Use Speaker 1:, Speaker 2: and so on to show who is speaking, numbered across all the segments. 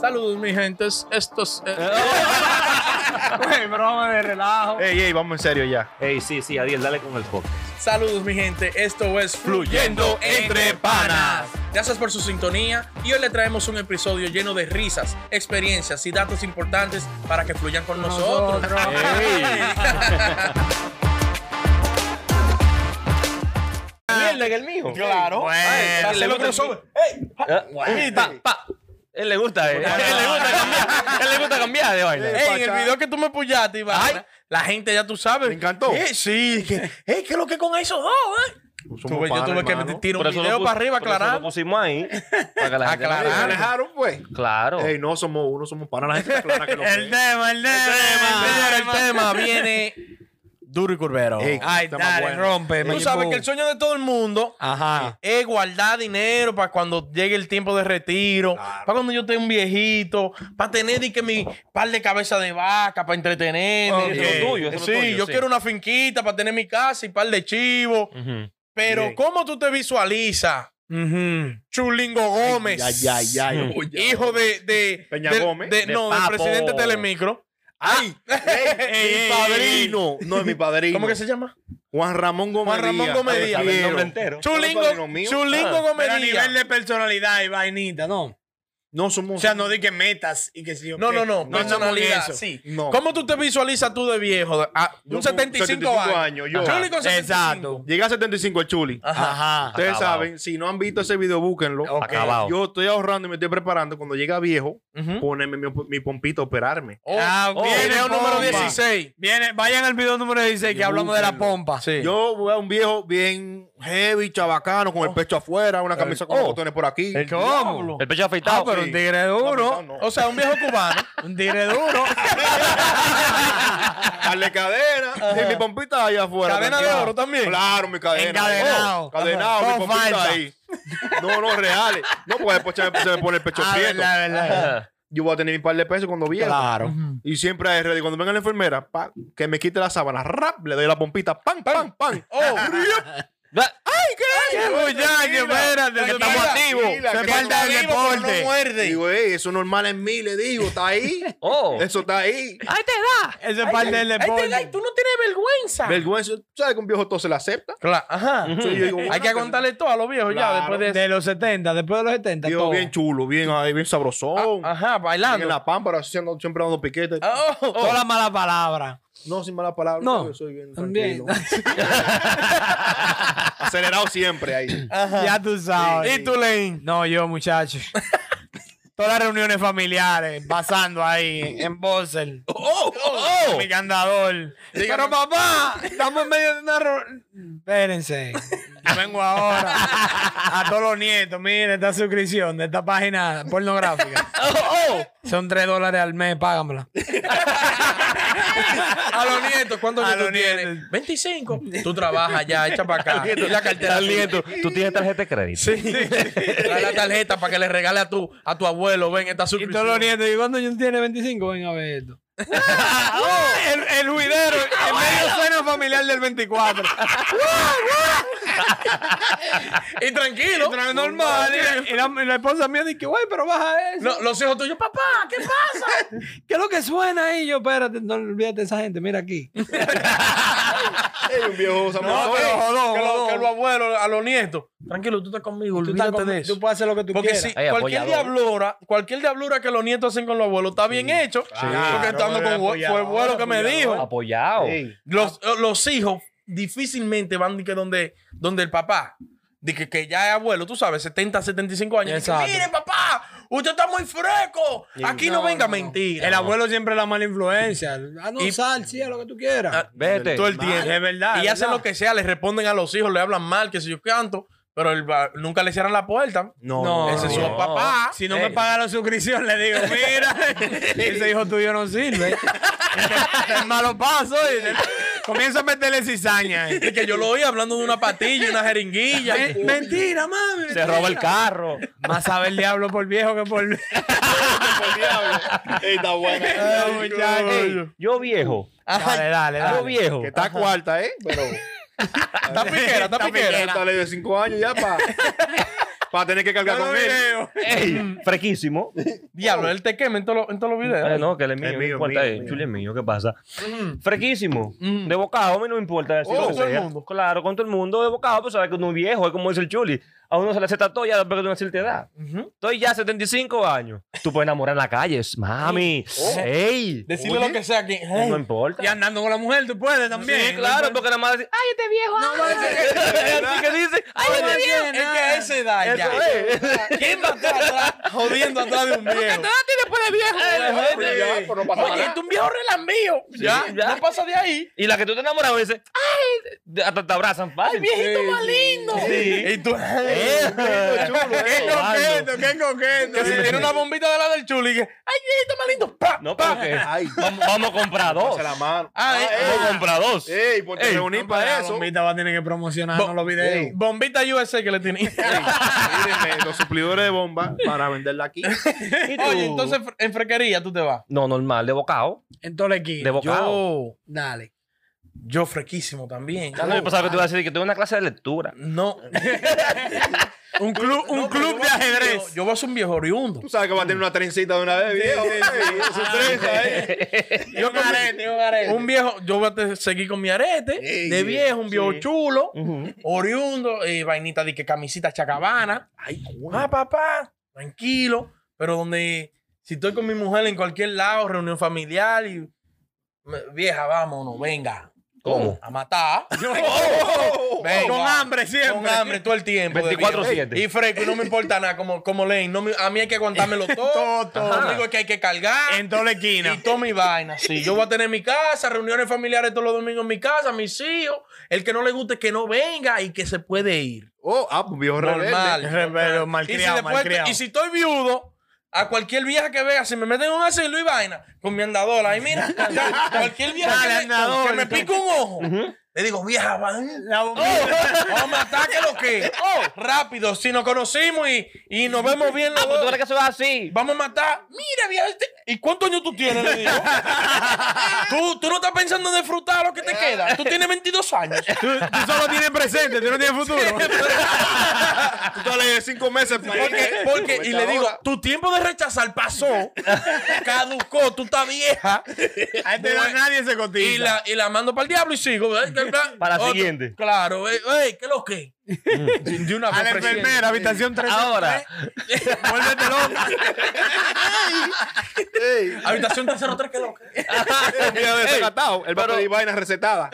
Speaker 1: Saludos, mi gentes. Estos. eh,
Speaker 2: ¿Eh?
Speaker 3: Güey, broma de relajo.
Speaker 4: Ey, ey, vamos en serio ya.
Speaker 2: Ey, sí, sí, Adiel, dale con el podcast.
Speaker 1: Saludos, mi gente. Esto es
Speaker 4: Fluyendo Entre Panas.
Speaker 1: Gracias por su sintonía y hoy le traemos un episodio lleno de risas, experiencias y datos importantes para que fluyan con nosotros.
Speaker 3: Nosotros.
Speaker 2: Mierda, que el mío.
Speaker 4: Claro.
Speaker 2: Ay,
Speaker 4: Bueno,
Speaker 2: le
Speaker 4: el
Speaker 2: gusta
Speaker 4: crossover.
Speaker 2: el- Pa, pa. Él le gusta, eh. Él le gusta cambiar. Él le gusta cambiar de vaina.
Speaker 1: Ey, en el video que tú me puyaste, Iván, la gente ya tú sabes.
Speaker 4: Me encantó.
Speaker 1: Eh, sí. que- Ey, ¿qué es lo que con esos dos, eh? Tuve- yo tuve que meter- tirar
Speaker 2: Por
Speaker 1: un
Speaker 2: eso lo
Speaker 1: video
Speaker 2: pus-
Speaker 1: para arriba,
Speaker 2: por eso
Speaker 1: aclarar.
Speaker 2: Lo pusimos ahí. Para que la gente
Speaker 1: Aclarar.
Speaker 2: lo vea.
Speaker 4: Alejaron, pues.
Speaker 2: Claro.
Speaker 4: Ey, no somos uno, somos pana. La gente está clara que lo ve.
Speaker 3: El tema, el tema.
Speaker 1: Señor, el tema viene duro y curvero.
Speaker 4: Ey,
Speaker 3: Ay,
Speaker 4: tema
Speaker 3: dale,
Speaker 4: bueno.
Speaker 3: rompe.
Speaker 1: Tú sabes que el sueño de todo el mundo
Speaker 4: Ah.
Speaker 3: Ajá.
Speaker 1: es guardar dinero para cuando llegue el tiempo de retiro,
Speaker 4: Claro.
Speaker 1: para cuando yo esté un viejito, para tener y que mi par de cabeza de vaca, para entretenerme.
Speaker 2: Ok. Eso es lo tuyo, eso es lo
Speaker 1: sí,
Speaker 2: tuyo,
Speaker 1: yo
Speaker 2: sí.
Speaker 1: quiero una finquita para tener mi casa y par de chivos.
Speaker 2: Ujú.
Speaker 1: Pero
Speaker 4: Mm. Bien.
Speaker 1: ¿cómo tú te visualizas, Chulingo Gómez? Mm.
Speaker 4: Ay, ay, ay, ay. Uy, ya.
Speaker 1: Hijo de, de,
Speaker 4: Peña
Speaker 1: de-
Speaker 4: Gómez,
Speaker 1: de-
Speaker 4: de
Speaker 1: no, del
Speaker 4: Papo.
Speaker 1: presidente Telemicro. Ah,
Speaker 4: ¡Ay!
Speaker 1: ey, ey,
Speaker 4: ¡Ey! ¡Mi padrino! No, es mi padrino.
Speaker 1: ¿Cómo que se llama?
Speaker 4: Juan Ramón Gómez.
Speaker 1: Juan Ramón Gómez
Speaker 4: Te
Speaker 1: Díaz.
Speaker 2: Sabe el
Speaker 4: quiero.
Speaker 2: nombre entero.
Speaker 1: Chulingo,
Speaker 4: padrino mío.
Speaker 1: Chulingo
Speaker 2: Ah,
Speaker 1: Gómez.
Speaker 3: Pero a
Speaker 1: Díaz.
Speaker 3: nivel de personalidad y vainita, ¿no?
Speaker 4: No somos.
Speaker 3: O sea, no di que metas y que si yo
Speaker 1: No,
Speaker 3: qué.
Speaker 1: no, no.
Speaker 3: No estamos en
Speaker 1: Personalidad,
Speaker 3: eso.
Speaker 1: sí.
Speaker 4: No.
Speaker 1: ¿Cómo tú te visualizas tú de viejo? De- ah,
Speaker 4: Yo
Speaker 1: un
Speaker 4: con
Speaker 1: 75,
Speaker 4: 75
Speaker 1: años.
Speaker 4: años, yo.
Speaker 1: Chuli con 75.
Speaker 3: Exacto.
Speaker 4: Llegué a 75 el Chuli.
Speaker 3: Ajá.
Speaker 4: Ustedes
Speaker 2: Acabado.
Speaker 4: saben, si no han visto ese video, búsquenlo.
Speaker 3: Ok.
Speaker 2: Acabado.
Speaker 4: Yo estoy ahorrando y me estoy preparando. Cuando llega viejo,
Speaker 1: Ujú.
Speaker 4: ponerme mi, mi pompita a operarme.
Speaker 1: Oh,
Speaker 3: Ah,
Speaker 1: oh,
Speaker 3: viene
Speaker 1: video número
Speaker 3: pompa.
Speaker 1: 16.
Speaker 3: Viene, vayan al video número 16 que
Speaker 4: Y
Speaker 3: hablamos de la
Speaker 4: búsquenlo.
Speaker 3: pompa.
Speaker 1: Sí.
Speaker 4: Yo voy a un viejo bien heavy, chabacano,
Speaker 1: Oh.
Speaker 4: con el pecho afuera, una camisa con los botones por aquí.
Speaker 3: El
Speaker 1: diablo.
Speaker 3: ¿Cómo?
Speaker 2: El pecho
Speaker 3: Ah,
Speaker 2: afeitado.
Speaker 3: pero un tigre duro.
Speaker 4: No,
Speaker 1: O sea, un viejo cubano.
Speaker 3: Un tigre duro.
Speaker 4: Darle cadena y mi pompita allá afuera.
Speaker 1: Cadena
Speaker 4: tranquilo.
Speaker 1: de oro también.
Speaker 4: Claro, mi cadena.
Speaker 3: Encadenado.
Speaker 4: Oh, cadenado,
Speaker 3: Ajá.
Speaker 4: mi
Speaker 3: Con
Speaker 4: pompita
Speaker 3: falda.
Speaker 4: ahí. No, no, reales. No, porque después se me, se me pone el pecho
Speaker 3: Ah,
Speaker 4: prieto.
Speaker 3: verdad, verdad.
Speaker 2: Ajá.
Speaker 4: Yo voy a tener mi par de pesos cuando viejo.
Speaker 3: Claro.
Speaker 4: Y siempre es ready. Cuando venga la enfermera, pa, que me quite la sábana, rap, le doy la pompita, pam, pam, pam.
Speaker 1: Oh,
Speaker 4: ¡Ay, qué
Speaker 3: ¡Qué muchacho! Espérate, que estamos
Speaker 1: Tranquila,
Speaker 3: activos.
Speaker 4: tranquila,
Speaker 3: Se
Speaker 4: que
Speaker 3: falta el
Speaker 1: estamos activos, pero no
Speaker 3: deporte.
Speaker 1: muerde.
Speaker 4: Digo, ey, eso normal en mí, le digo, está ahí.
Speaker 2: Oh.
Speaker 4: Eso está ahí.
Speaker 2: ¡Ahí te
Speaker 3: Ese es parte del
Speaker 1: Ay, te- ay,
Speaker 3: deporte.
Speaker 1: tú no tienes vergüenza.
Speaker 4: Vergüenza. ¿Tú ¿Sabes que un viejo todo se le acepta?
Speaker 1: Claro, ajá.
Speaker 4: Sí, yo digo,
Speaker 1: Hay
Speaker 4: bueno,
Speaker 1: que aguantarle todo a los viejos
Speaker 4: Claro.
Speaker 1: ya después de
Speaker 3: De los 70, después de los 70.
Speaker 4: Viejo
Speaker 3: todo.
Speaker 4: bien chulo, bien ahí, bien sabrosón.
Speaker 1: Ajá,
Speaker 4: Bien
Speaker 1: bailando.
Speaker 4: en la pámpara, así, ando- siempre dando piquetes.
Speaker 1: Oh, oh.
Speaker 3: Todas las malas palabras.
Speaker 4: No, sin mala palabra.
Speaker 3: No.
Speaker 4: Yo soy bien
Speaker 3: También.
Speaker 4: tranquilo. Acelerado siempre ahí.
Speaker 1: Ajá.
Speaker 3: ya tú sabes.
Speaker 1: ¿Y tú, Lane?
Speaker 3: No, yo, muchacho. Todas las reuniones familiares, pasando ahí, en Bosel.
Speaker 1: Oh, oh,
Speaker 3: con Mi candador. Pero papá, estamos en medio de una reunión. Espérense. Yo vengo ahora a todos los nietos. Miren esta suscripción de esta página pornográfica.
Speaker 4: Oh,
Speaker 3: Son 3 dólares al mes, págamela.
Speaker 1: A los nietos, ¿cuántos
Speaker 3: A
Speaker 1: nietos
Speaker 3: los
Speaker 1: tienes? 25. Tú trabajas ya, echa para acá. Y la cartera
Speaker 2: da!
Speaker 1: tuya.
Speaker 2: nieto. Tú tienes tarjeta de crédito. Sí.
Speaker 1: Trae la tarjeta para que le regale a tu, a tu abuelo. Ven, esta
Speaker 3: Y
Speaker 1: suscripción.
Speaker 3: todos los nietos. ¿Y cuando yo tiene 25? Ven a ver esto. el, el juidero, en medio suena familiar del 24.
Speaker 1: Y tranquilo.
Speaker 3: Pero normal. Y la, y la esposa mía dice, güey, pero baja eso.
Speaker 1: No, los hijos tuyos, papá, ¿qué pasa?
Speaker 3: ¿Qué es lo que suena ahí? Yo, espérate, no olvídate de esa gente, mira aquí.
Speaker 4: Ey, un viejo sabrosón.
Speaker 3: pero- jodón,
Speaker 1: que, lo-
Speaker 3: jodón.
Speaker 1: que los abuelos, a los nietos. Tranquilo, tú estás conmigo,
Speaker 3: Tú, estás
Speaker 1: olvídate
Speaker 3: con-
Speaker 1: de eso.
Speaker 3: tú puedes hacer lo que tú
Speaker 1: Porque
Speaker 3: quieras.
Speaker 1: si
Speaker 2: Ay,
Speaker 1: cualquier
Speaker 2: apoyador.
Speaker 1: diablura, cualquier diablura que los nietos hacen con los abuelos está bien hecho. porque
Speaker 3: Claro,
Speaker 1: estando con
Speaker 3: apoyador,
Speaker 1: fue el abuelo que me
Speaker 3: apoyador.
Speaker 1: dijo.
Speaker 2: Apoyado.
Speaker 4: Ey.
Speaker 1: Los, eh, los hijos difícilmente van de que donde, donde el papá. De que, que ya es abuelo, tú sabes, 70, 75 años. Dice,
Speaker 3: Exacto.
Speaker 1: Mire, papá, usted está muy fresco. Aquí no, venga mentira.
Speaker 3: El abuelo siempre es la mala influencia. Ah, no,
Speaker 1: Y-
Speaker 3: sal, sí, haz lo que tú quieras.
Speaker 1: Ah,
Speaker 2: Vete.
Speaker 1: todo el tiempo.
Speaker 3: Es verdad,
Speaker 1: Y
Speaker 3: es
Speaker 1: hacen
Speaker 3: verdad.
Speaker 1: lo que sea, le responden a los hijos, le hablan mal, que si yo canto, pero el ba- nunca le cierran la puerta.
Speaker 4: No,
Speaker 3: No, Eh.
Speaker 1: Ese es su
Speaker 2: no.
Speaker 1: papá.
Speaker 3: Si no
Speaker 2: Ey.
Speaker 3: me pagan la suscripción, le digo, mira, ese hijo tuyo no sirve. es malo paso. y te- comienza a meterle cizaña. ahí.
Speaker 1: Es que yo lo oí hablando de una patilla, una jeringuilla.
Speaker 3: Me- mentira, mami.
Speaker 2: Se roba el carro.
Speaker 3: Más sabe el diablo por viejo que
Speaker 4: por
Speaker 3: por...
Speaker 4: diablo. Ey, está buena.
Speaker 3: Ay, muchacho.
Speaker 2: Ey, yo viejo.
Speaker 3: Dale, dale,
Speaker 2: Yo
Speaker 3: dale.
Speaker 2: viejo.
Speaker 4: Que está cuarta, ¿eh? Pero.
Speaker 1: Está piquera, está piquera.
Speaker 4: Está ley de 5 años ya para Para tener que cargar con él.
Speaker 5: Ey, fresquísimo.
Speaker 1: Diablo, él te quema en todos los- en todos los videos.
Speaker 2: Eh, no, que él es mío, no
Speaker 4: mío,
Speaker 2: importa.
Speaker 4: mío,
Speaker 2: eh,
Speaker 4: mío.
Speaker 2: Chuli es mío, ¿qué pasa?
Speaker 1: Mm.
Speaker 2: Fresquísimo.
Speaker 1: Mm.
Speaker 2: De bocado, a mí no me importa. decir
Speaker 1: Oh,
Speaker 2: lo que
Speaker 1: con todo el
Speaker 2: sea.
Speaker 1: mundo.
Speaker 2: Claro, con todo el mundo de bocado, pues sabes que uno es viejo, es como dice el Chuli. A uno se le acepta todo ya después de una cierta edad.
Speaker 1: Ujú.
Speaker 2: Estoy ya 75 años. Tú puedes enamorar en la calle, es- mami. Oh. ¡Ey!
Speaker 1: Decirle lo que sea que.
Speaker 2: No
Speaker 1: Ey.
Speaker 2: importa.
Speaker 3: Y andando con la mujer, tú puedes también.
Speaker 2: Sí, claro, porque nada más decir, ¡ay, este viejo! No, Así que dice, ¡ay,
Speaker 1: Oye,
Speaker 2: este viejo!
Speaker 1: es que a esa edad ya. ¿Quién va a estar atrás jodiendo atrás de un viejo?
Speaker 2: Eh, eh,
Speaker 4: Pero ya,
Speaker 2: eh.
Speaker 3: pues,
Speaker 4: pero no pasa
Speaker 1: Oye,
Speaker 4: nada.
Speaker 1: este es un viejo relambío. Ya,
Speaker 2: ya.
Speaker 1: no pasa de ahí.
Speaker 2: Y la que tú te enamoras, dice, ¡ay! Hasta te abrazan, fácil.
Speaker 1: Viejito más lindo. Y tú.
Speaker 2: Eh,
Speaker 3: Qué coqueto, qué coqueto.
Speaker 1: Que si tiene una bombita de la del chuli, que, ay, viejito más lindo, pa,
Speaker 2: No,
Speaker 1: pa.
Speaker 2: pero que
Speaker 4: Ay,
Speaker 2: vamos, vamos a comprar dos.
Speaker 4: se la mano.
Speaker 1: Ah, eh,
Speaker 2: Vamos a comprar dos.
Speaker 4: Ey, porque
Speaker 2: Ey,
Speaker 4: reunir para eso.
Speaker 3: Bombita va a tener que promocionar
Speaker 1: Bo-
Speaker 3: los videos.
Speaker 1: bombita USA que le tiene.
Speaker 4: Mírenme, los suplidores de bomba para venderla aquí.
Speaker 2: ¿Y tú?
Speaker 1: Oye, entonces fr- en frequería tú te vas.
Speaker 2: No, normal, de bocado.
Speaker 3: En todo el equipo.
Speaker 2: De bocado.
Speaker 1: Yo,
Speaker 3: Dale.
Speaker 1: yo frequísimo también.
Speaker 2: Ya no me pensaba que te iba a decir que tengo una clase de lectura.
Speaker 1: No. un club, un
Speaker 4: No, pero yo
Speaker 1: club
Speaker 4: voy
Speaker 1: de
Speaker 4: a ser un
Speaker 1: ajedrez.
Speaker 4: viejo-
Speaker 1: Yo voy a ser un viejo oriundo.
Speaker 4: Tú sabes que va a tener una trencita de una vez, viejo. Ey, Su
Speaker 3: Ah,
Speaker 4: trenza, eh.
Speaker 1: Yo con mi- un viejo, yo voy a te- seguir con mi arete
Speaker 4: Ey,
Speaker 1: de viejo, un viejo
Speaker 4: sí.
Speaker 1: chulo, oriundo, eh, vainita de que camisita chacabana.
Speaker 4: Ay, coño.
Speaker 1: Ah, papá, tranquilo. Pero donde, si estoy con mi mujer en cualquier lado, reunión familiar, y me- vieja, vámonos, venga.
Speaker 2: ¿Cómo?
Speaker 1: A matar. Venga.
Speaker 3: Oh, Con hambre siempre.
Speaker 1: Con hambre todo el tiempo. de
Speaker 2: 24/7.
Speaker 1: viejo. Y fresco, y no me importa nada, como, como ley. No me- a mí hay que aguantármelo todo.
Speaker 3: Todo, todo.
Speaker 1: Conmigo es que hay que cargar.
Speaker 3: En toda la esquina.
Speaker 1: Y toda mi vaina, sí. Yo voy a tener mi casa, reuniones familiares todos los domingos en mi casa, mis hijos. El que no le guste que no venga y que se puede ir.
Speaker 4: Oh, ah, pues viejo rebelde.
Speaker 1: Normal.
Speaker 3: Pero
Speaker 1: y, si
Speaker 3: malcriado,
Speaker 1: después-
Speaker 3: malcriado.
Speaker 1: y si estoy viudo, a cualquier vieja que vea, si me meten en un asilo y vaina, con mi andadora, ahí mira, ya, cualquier vieja
Speaker 3: Dale,
Speaker 1: que, me-
Speaker 3: andador.
Speaker 1: que me pica un ojo, Oh, le digo, vieja, van.
Speaker 3: La bombita.
Speaker 1: Vamos a matar que lo que. Oh, Rápido, si nos conocimos y, y nos vemos bien los
Speaker 2: Ah, pues tú
Speaker 1: dos,
Speaker 2: eres que se va así.
Speaker 1: Vamos a matar. Mira, vieja, este- ¿y cuántos años tú tienes? Le digo. ¿Tú, tú no estás pensando en disfrutar lo que te queda. Tú tienes 22 años.
Speaker 3: Tú, tú solo tienes presente, tú no tienes futuro.
Speaker 4: Tú te lees cinco meses. para
Speaker 1: Porque,
Speaker 4: ir, ¿eh?
Speaker 1: porque- y le digo,
Speaker 4: Ahora.
Speaker 1: tu tiempo de rechazar pasó, caducó, tú estás vieja,
Speaker 3: A este no, nadie se cotiza.
Speaker 1: y la, y la mando para el diablo y sigo. eh, bla, bla.
Speaker 2: Para la
Speaker 1: Otro-
Speaker 2: siguiente. Mm.
Speaker 1: Claro, eh, ey, ¿qué lo que? De una
Speaker 3: a la
Speaker 1: ofreciendo.
Speaker 3: enfermera, habitación 3.
Speaker 2: Ahora,
Speaker 3: Vuélvete loca.
Speaker 4: Ey,
Speaker 1: Habitación 303, ¿qué lo que?
Speaker 4: el viejo desacatado. Él va a
Speaker 2: pero-
Speaker 4: pedir vainas recetadas.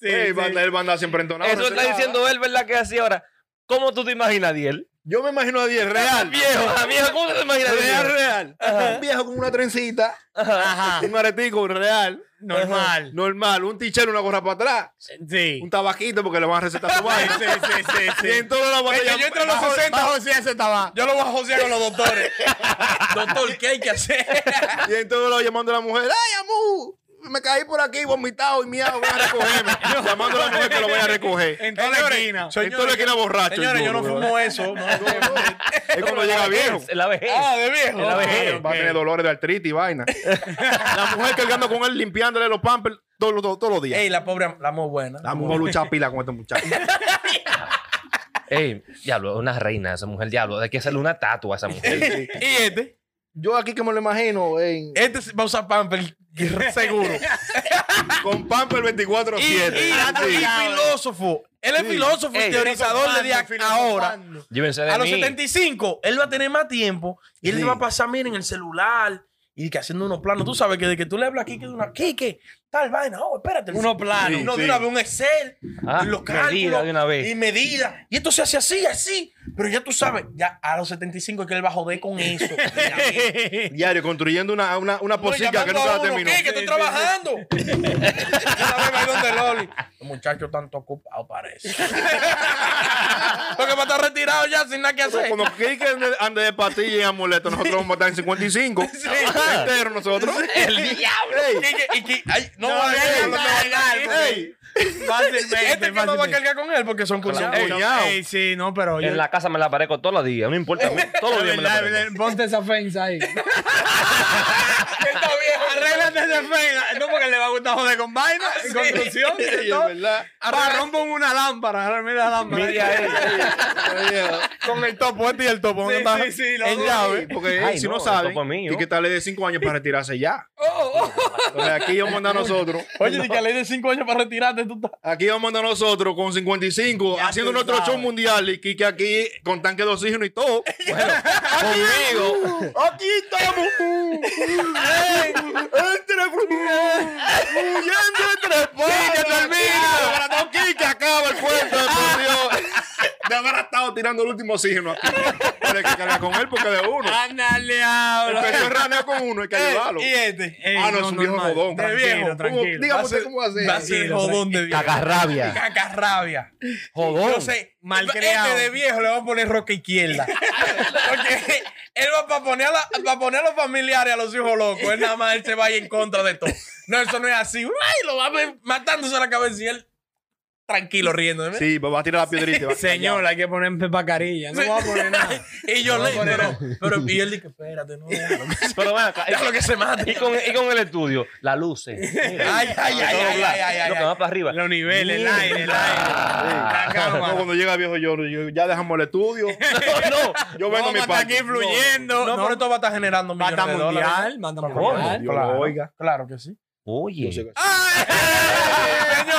Speaker 3: Sí,
Speaker 4: Ey,
Speaker 3: sí.
Speaker 4: va a- Él va a andar siempre entonado.
Speaker 2: eso está
Speaker 4: recetado.
Speaker 2: diciendo él, ¿verdad? Que así ahora. ¿Cómo tú te imaginas, Diel?
Speaker 4: Yo me imagino a 10 real.
Speaker 2: Viejo, ah, viejo, ¿cómo tú te imaginas,
Speaker 4: Real,
Speaker 2: Diel?
Speaker 4: real. Un viejo con una trencita,
Speaker 3: Ajá.
Speaker 4: un aretico real,
Speaker 3: Normal.
Speaker 4: normal, un tichero, una gorra para atrás,
Speaker 3: Sí.
Speaker 4: un tabaquito porque le van a recetar su
Speaker 3: Sí,
Speaker 4: vaina.
Speaker 3: sí, sí, sí, sí.
Speaker 4: Y en toda la batalla.
Speaker 1: yo entro a los
Speaker 3: Bajo-
Speaker 1: 60.
Speaker 3: bajo sí ese estaba.
Speaker 1: Yo lo voy a josear con los doctores. Doctor, ¿qué hay que hacer?
Speaker 4: Y en todos lados llamando a la mujer, ¡ay, amú! Me caí por aquí, vomitado y miado, voy a recogerme. llamando a la mujer que lo voy a recoger.
Speaker 3: En toda la
Speaker 1: Señores,
Speaker 3: esquina.
Speaker 1: soy-
Speaker 4: en toda la esquina borracho.
Speaker 1: Señores,
Speaker 4: el
Speaker 1: yo no
Speaker 4: duro,
Speaker 1: fumo eso. no.
Speaker 4: bro. Es cuando llega viejo.
Speaker 2: La vejez.
Speaker 1: Ah, de viejo.
Speaker 2: la
Speaker 1: Ok.
Speaker 2: vejez.
Speaker 4: Va a tener dolores de artritis y vaina. la mujer cargando con él, limpiándole los pampers todos los- todos los días.
Speaker 1: Ey, la pobre, la muy buena.
Speaker 4: La mujer lucha pila con este muchacho.
Speaker 2: Ey, diablo, es una reina esa mujer, diablo. Hay que hacerle una tatua a esa mujer.
Speaker 1: y este,
Speaker 4: Yo aquí que me lo imagino en-
Speaker 1: este sí va a usar pamper seguro.
Speaker 4: con Pamper 24-7.
Speaker 1: y, y- y
Speaker 4: Sí.
Speaker 1: filósofo. Él es filósofo y
Speaker 2: Ey.
Speaker 1: teorizador de día- ahora.
Speaker 2: Llévense de
Speaker 1: A los
Speaker 2: mí.
Speaker 1: 75, él va a tener más tiempo y él
Speaker 4: Sí.
Speaker 1: se va a pasar, mira, en el celular y que haciendo unos planos. Tú sabes que de que tú le hablas aquí, que de una, ¿qué, qué? Tal vaina, oh, espérate.
Speaker 3: Unos planos.
Speaker 1: No,
Speaker 4: Sí.
Speaker 1: de una vez un Excel,
Speaker 2: Ah,
Speaker 1: y los
Speaker 2: medida
Speaker 1: cálculos.
Speaker 2: de una vez.
Speaker 1: Y medida. Y esto se hace así, así. Pero ya tú sabes, ya a los 75 es que él va a joder con eso.
Speaker 4: Diario, construyendo una, una, una posica Pues que
Speaker 1: llamando
Speaker 4: nunca
Speaker 1: a
Speaker 4: la
Speaker 1: uno,
Speaker 4: terminó.
Speaker 1: ¿qué? Que estoy trabajando. Yo la veo ahí donde Loli. Los muchachos tanto ocupados parece. Porque va a estar retirado ya sin nada que hacer.
Speaker 4: Cuando Kike ande, ande de patilla y amuleto, nosotros vamos a estar en 55. Entero nosotros.
Speaker 1: El diablo. Y, que- y que- ay, No, va a
Speaker 3: ella
Speaker 1: cargar,
Speaker 3: no
Speaker 1: no
Speaker 3: te
Speaker 1: te
Speaker 3: va a dar,
Speaker 4: Ey,
Speaker 1: Este que
Speaker 3: Fácilmente,
Speaker 1: no va a
Speaker 3: fácilmente.
Speaker 1: cargar con él porque son cuñados.
Speaker 3: Ey,
Speaker 4: cuñado.
Speaker 3: ey, sí, no, pero yo...
Speaker 2: En la casa me la aparezco todos los días, no importa. a mí, Todos los días me la
Speaker 3: Verdad, verdad,
Speaker 2: aparezco.
Speaker 3: Ponte esa fensa ahí.
Speaker 1: Esta vieja
Speaker 3: Arréglate esa fensa. No, porque le va a gustar joder con vaina, con construcción.
Speaker 4: ey,
Speaker 3: y
Speaker 4: Ah, es
Speaker 3: todo.
Speaker 4: verdad.
Speaker 3: Va, rompo una lámpara. Mira la lámpara.
Speaker 2: Mira él.
Speaker 4: Con el topo, este y el topo.
Speaker 3: Sí,
Speaker 4: ¿dónde está?
Speaker 3: sí, sí, lo
Speaker 4: en
Speaker 3: doy.
Speaker 4: llave. Porque
Speaker 2: Ay,
Speaker 4: si
Speaker 2: no,
Speaker 4: no,
Speaker 2: el
Speaker 4: saben,
Speaker 2: topo es mío.
Speaker 4: y que tal de 5 años para retirarse ya.
Speaker 3: Oh,
Speaker 4: Entonces, aquí vamos a andar nosotros.
Speaker 1: Oye, ni que le de cinco años para retirarte, tú estás.
Speaker 4: Aquí vamos a andar nosotros con 55,
Speaker 3: Ya
Speaker 4: haciendo
Speaker 3: tú
Speaker 4: nuestro
Speaker 3: sabes.
Speaker 4: show mundial. Y que- que aquí con tanque de oxígeno y todo.
Speaker 2: Conmigo.
Speaker 4: Aquí estamos. ¡Ey! ¡Entre huyendo entre ¡Quique, termina! ¡Maratón Quique! Acaba el cuento, por Dios. De haber estado tirando el último oxígeno aquí. Pero hay que cargar con él porque de uno.
Speaker 3: Ándale, habla.
Speaker 4: Empezó a ranear con uno, hay que ayudarlo.
Speaker 1: Y este.
Speaker 3: Ey,
Speaker 4: Ah, no, es un viejo
Speaker 3: normal.
Speaker 4: jodón.
Speaker 3: De
Speaker 4: Tranquilo, ¿Cómo?
Speaker 3: viejo, tranquilo.
Speaker 4: Dígame
Speaker 1: Va a
Speaker 4: usted
Speaker 1: ser-
Speaker 4: cómo va a ser.
Speaker 1: Va a ser
Speaker 3: Tranquilo,
Speaker 1: jodón de viejo.
Speaker 2: Cacarrabia.
Speaker 1: Cacarrabia.
Speaker 2: Jodón.
Speaker 1: Yo sé,
Speaker 3: Malcriado.
Speaker 1: este de viejo le va a poner roca izquierda. Porque él va para poner, a la- pa' poner a los familiares, a los hijos locos. Él nada más él se va a ir en contra de todo. No, eso no es así. Ay, lo va a ver matándose la cabeza y él tranquilo riendo.
Speaker 4: Sí, va a tirar la piedrita. va a-
Speaker 3: Señor, hay que poner pacarilla. No
Speaker 1: Sí.
Speaker 3: voy a poner nada.
Speaker 1: Y yo le pero, pero y él dice, espérate, no. déjalo que-
Speaker 2: Pero ven acá.
Speaker 1: Déjalo que se
Speaker 2: Y
Speaker 1: mate.
Speaker 2: con, y con el estudio, la luces. mira,
Speaker 1: Ay, ay, ay,
Speaker 2: todo
Speaker 1: ay,
Speaker 2: blanco,
Speaker 1: ay, ay, ay,
Speaker 2: Lo que
Speaker 1: ay.
Speaker 2: va para arriba.
Speaker 3: Los niveles, el aire, el aire. La
Speaker 4: No,
Speaker 3: cámara.
Speaker 4: cuando llega viejo yo, yo- ya dejamos el estudio.
Speaker 2: No,
Speaker 4: Yo vengo a mi
Speaker 3: Vamos hasta
Speaker 4: parte.
Speaker 3: aquí fluyendo.
Speaker 1: No, pero esto va a estar generando
Speaker 3: Va a
Speaker 1: millones de
Speaker 3: estar
Speaker 1: dólares.
Speaker 3: mundial, manda
Speaker 2: ¿Cómo?
Speaker 3: mundial.
Speaker 4: Dios lo oiga.
Speaker 1: Claro que sí.
Speaker 2: Oye.
Speaker 3: Señor,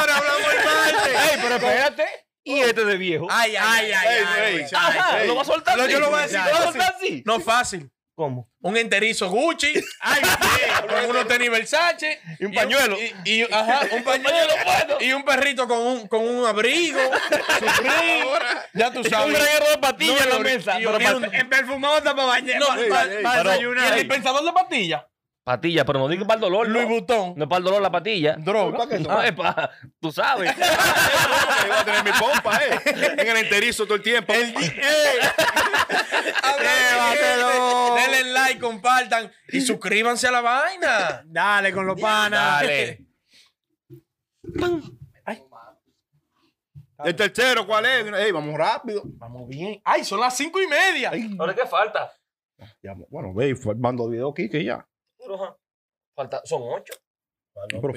Speaker 3: hablamos muy mal.
Speaker 2: Ey, pero espérate. Y este de viejo.
Speaker 1: Ay, ay, ay, ay. ay,
Speaker 4: Ey, ey.
Speaker 1: ay.
Speaker 2: Ajá,
Speaker 4: ey.
Speaker 2: lo va a soltar.
Speaker 1: Lo- yo
Speaker 2: así?
Speaker 1: lo voy a decir
Speaker 2: ¿Lo va a
Speaker 1: fácil.
Speaker 2: soltar así?
Speaker 1: No fácil.
Speaker 2: ¿Cómo?
Speaker 1: Un enterizo Gucci.
Speaker 3: Ay, sí.
Speaker 1: con unos tenis Versace. Y
Speaker 2: un pañuelo.
Speaker 1: Y, y- ajá, un pañuelo. y un perrito con un, con un abrigo. su frío. ya tú sabes.
Speaker 2: Un reguero de patillas
Speaker 1: No,
Speaker 2: en la
Speaker 1: y-
Speaker 2: mesa.
Speaker 1: y
Speaker 2: pero
Speaker 1: olía
Speaker 2: pa-
Speaker 1: un-
Speaker 3: En perfumado está para bañar.
Speaker 1: No,
Speaker 3: pa-
Speaker 1: ey,
Speaker 3: pa-
Speaker 4: ey,
Speaker 3: pa
Speaker 1: y
Speaker 2: pero-
Speaker 3: desayunar.
Speaker 1: el
Speaker 2: Ey.
Speaker 1: dispensador de pastillas.
Speaker 2: Patilla, pero no digas para el dolor.
Speaker 1: Louis
Speaker 2: No,
Speaker 1: Vuitton.
Speaker 2: No es para el dolor la patilla.
Speaker 1: Droga.
Speaker 2: No, es para. Tú sabes.
Speaker 4: Ahí va a tener mi pompa, eh. En el enterizo todo el tiempo.
Speaker 3: Llévatelo.
Speaker 1: Denle like, compartan y suscríbanse a la vaina.
Speaker 3: Dale con los panas.
Speaker 2: Dale.
Speaker 4: El tercero, ¿cuál es? Ey, vamos rápido.
Speaker 1: Vamos bien. Ay, son las cinco y media.
Speaker 2: ¿Ahora qué falta?
Speaker 4: Ya, bueno, ve, y fue el mando de video aquí que ya.
Speaker 2: Falta, son ocho.
Speaker 4: Pero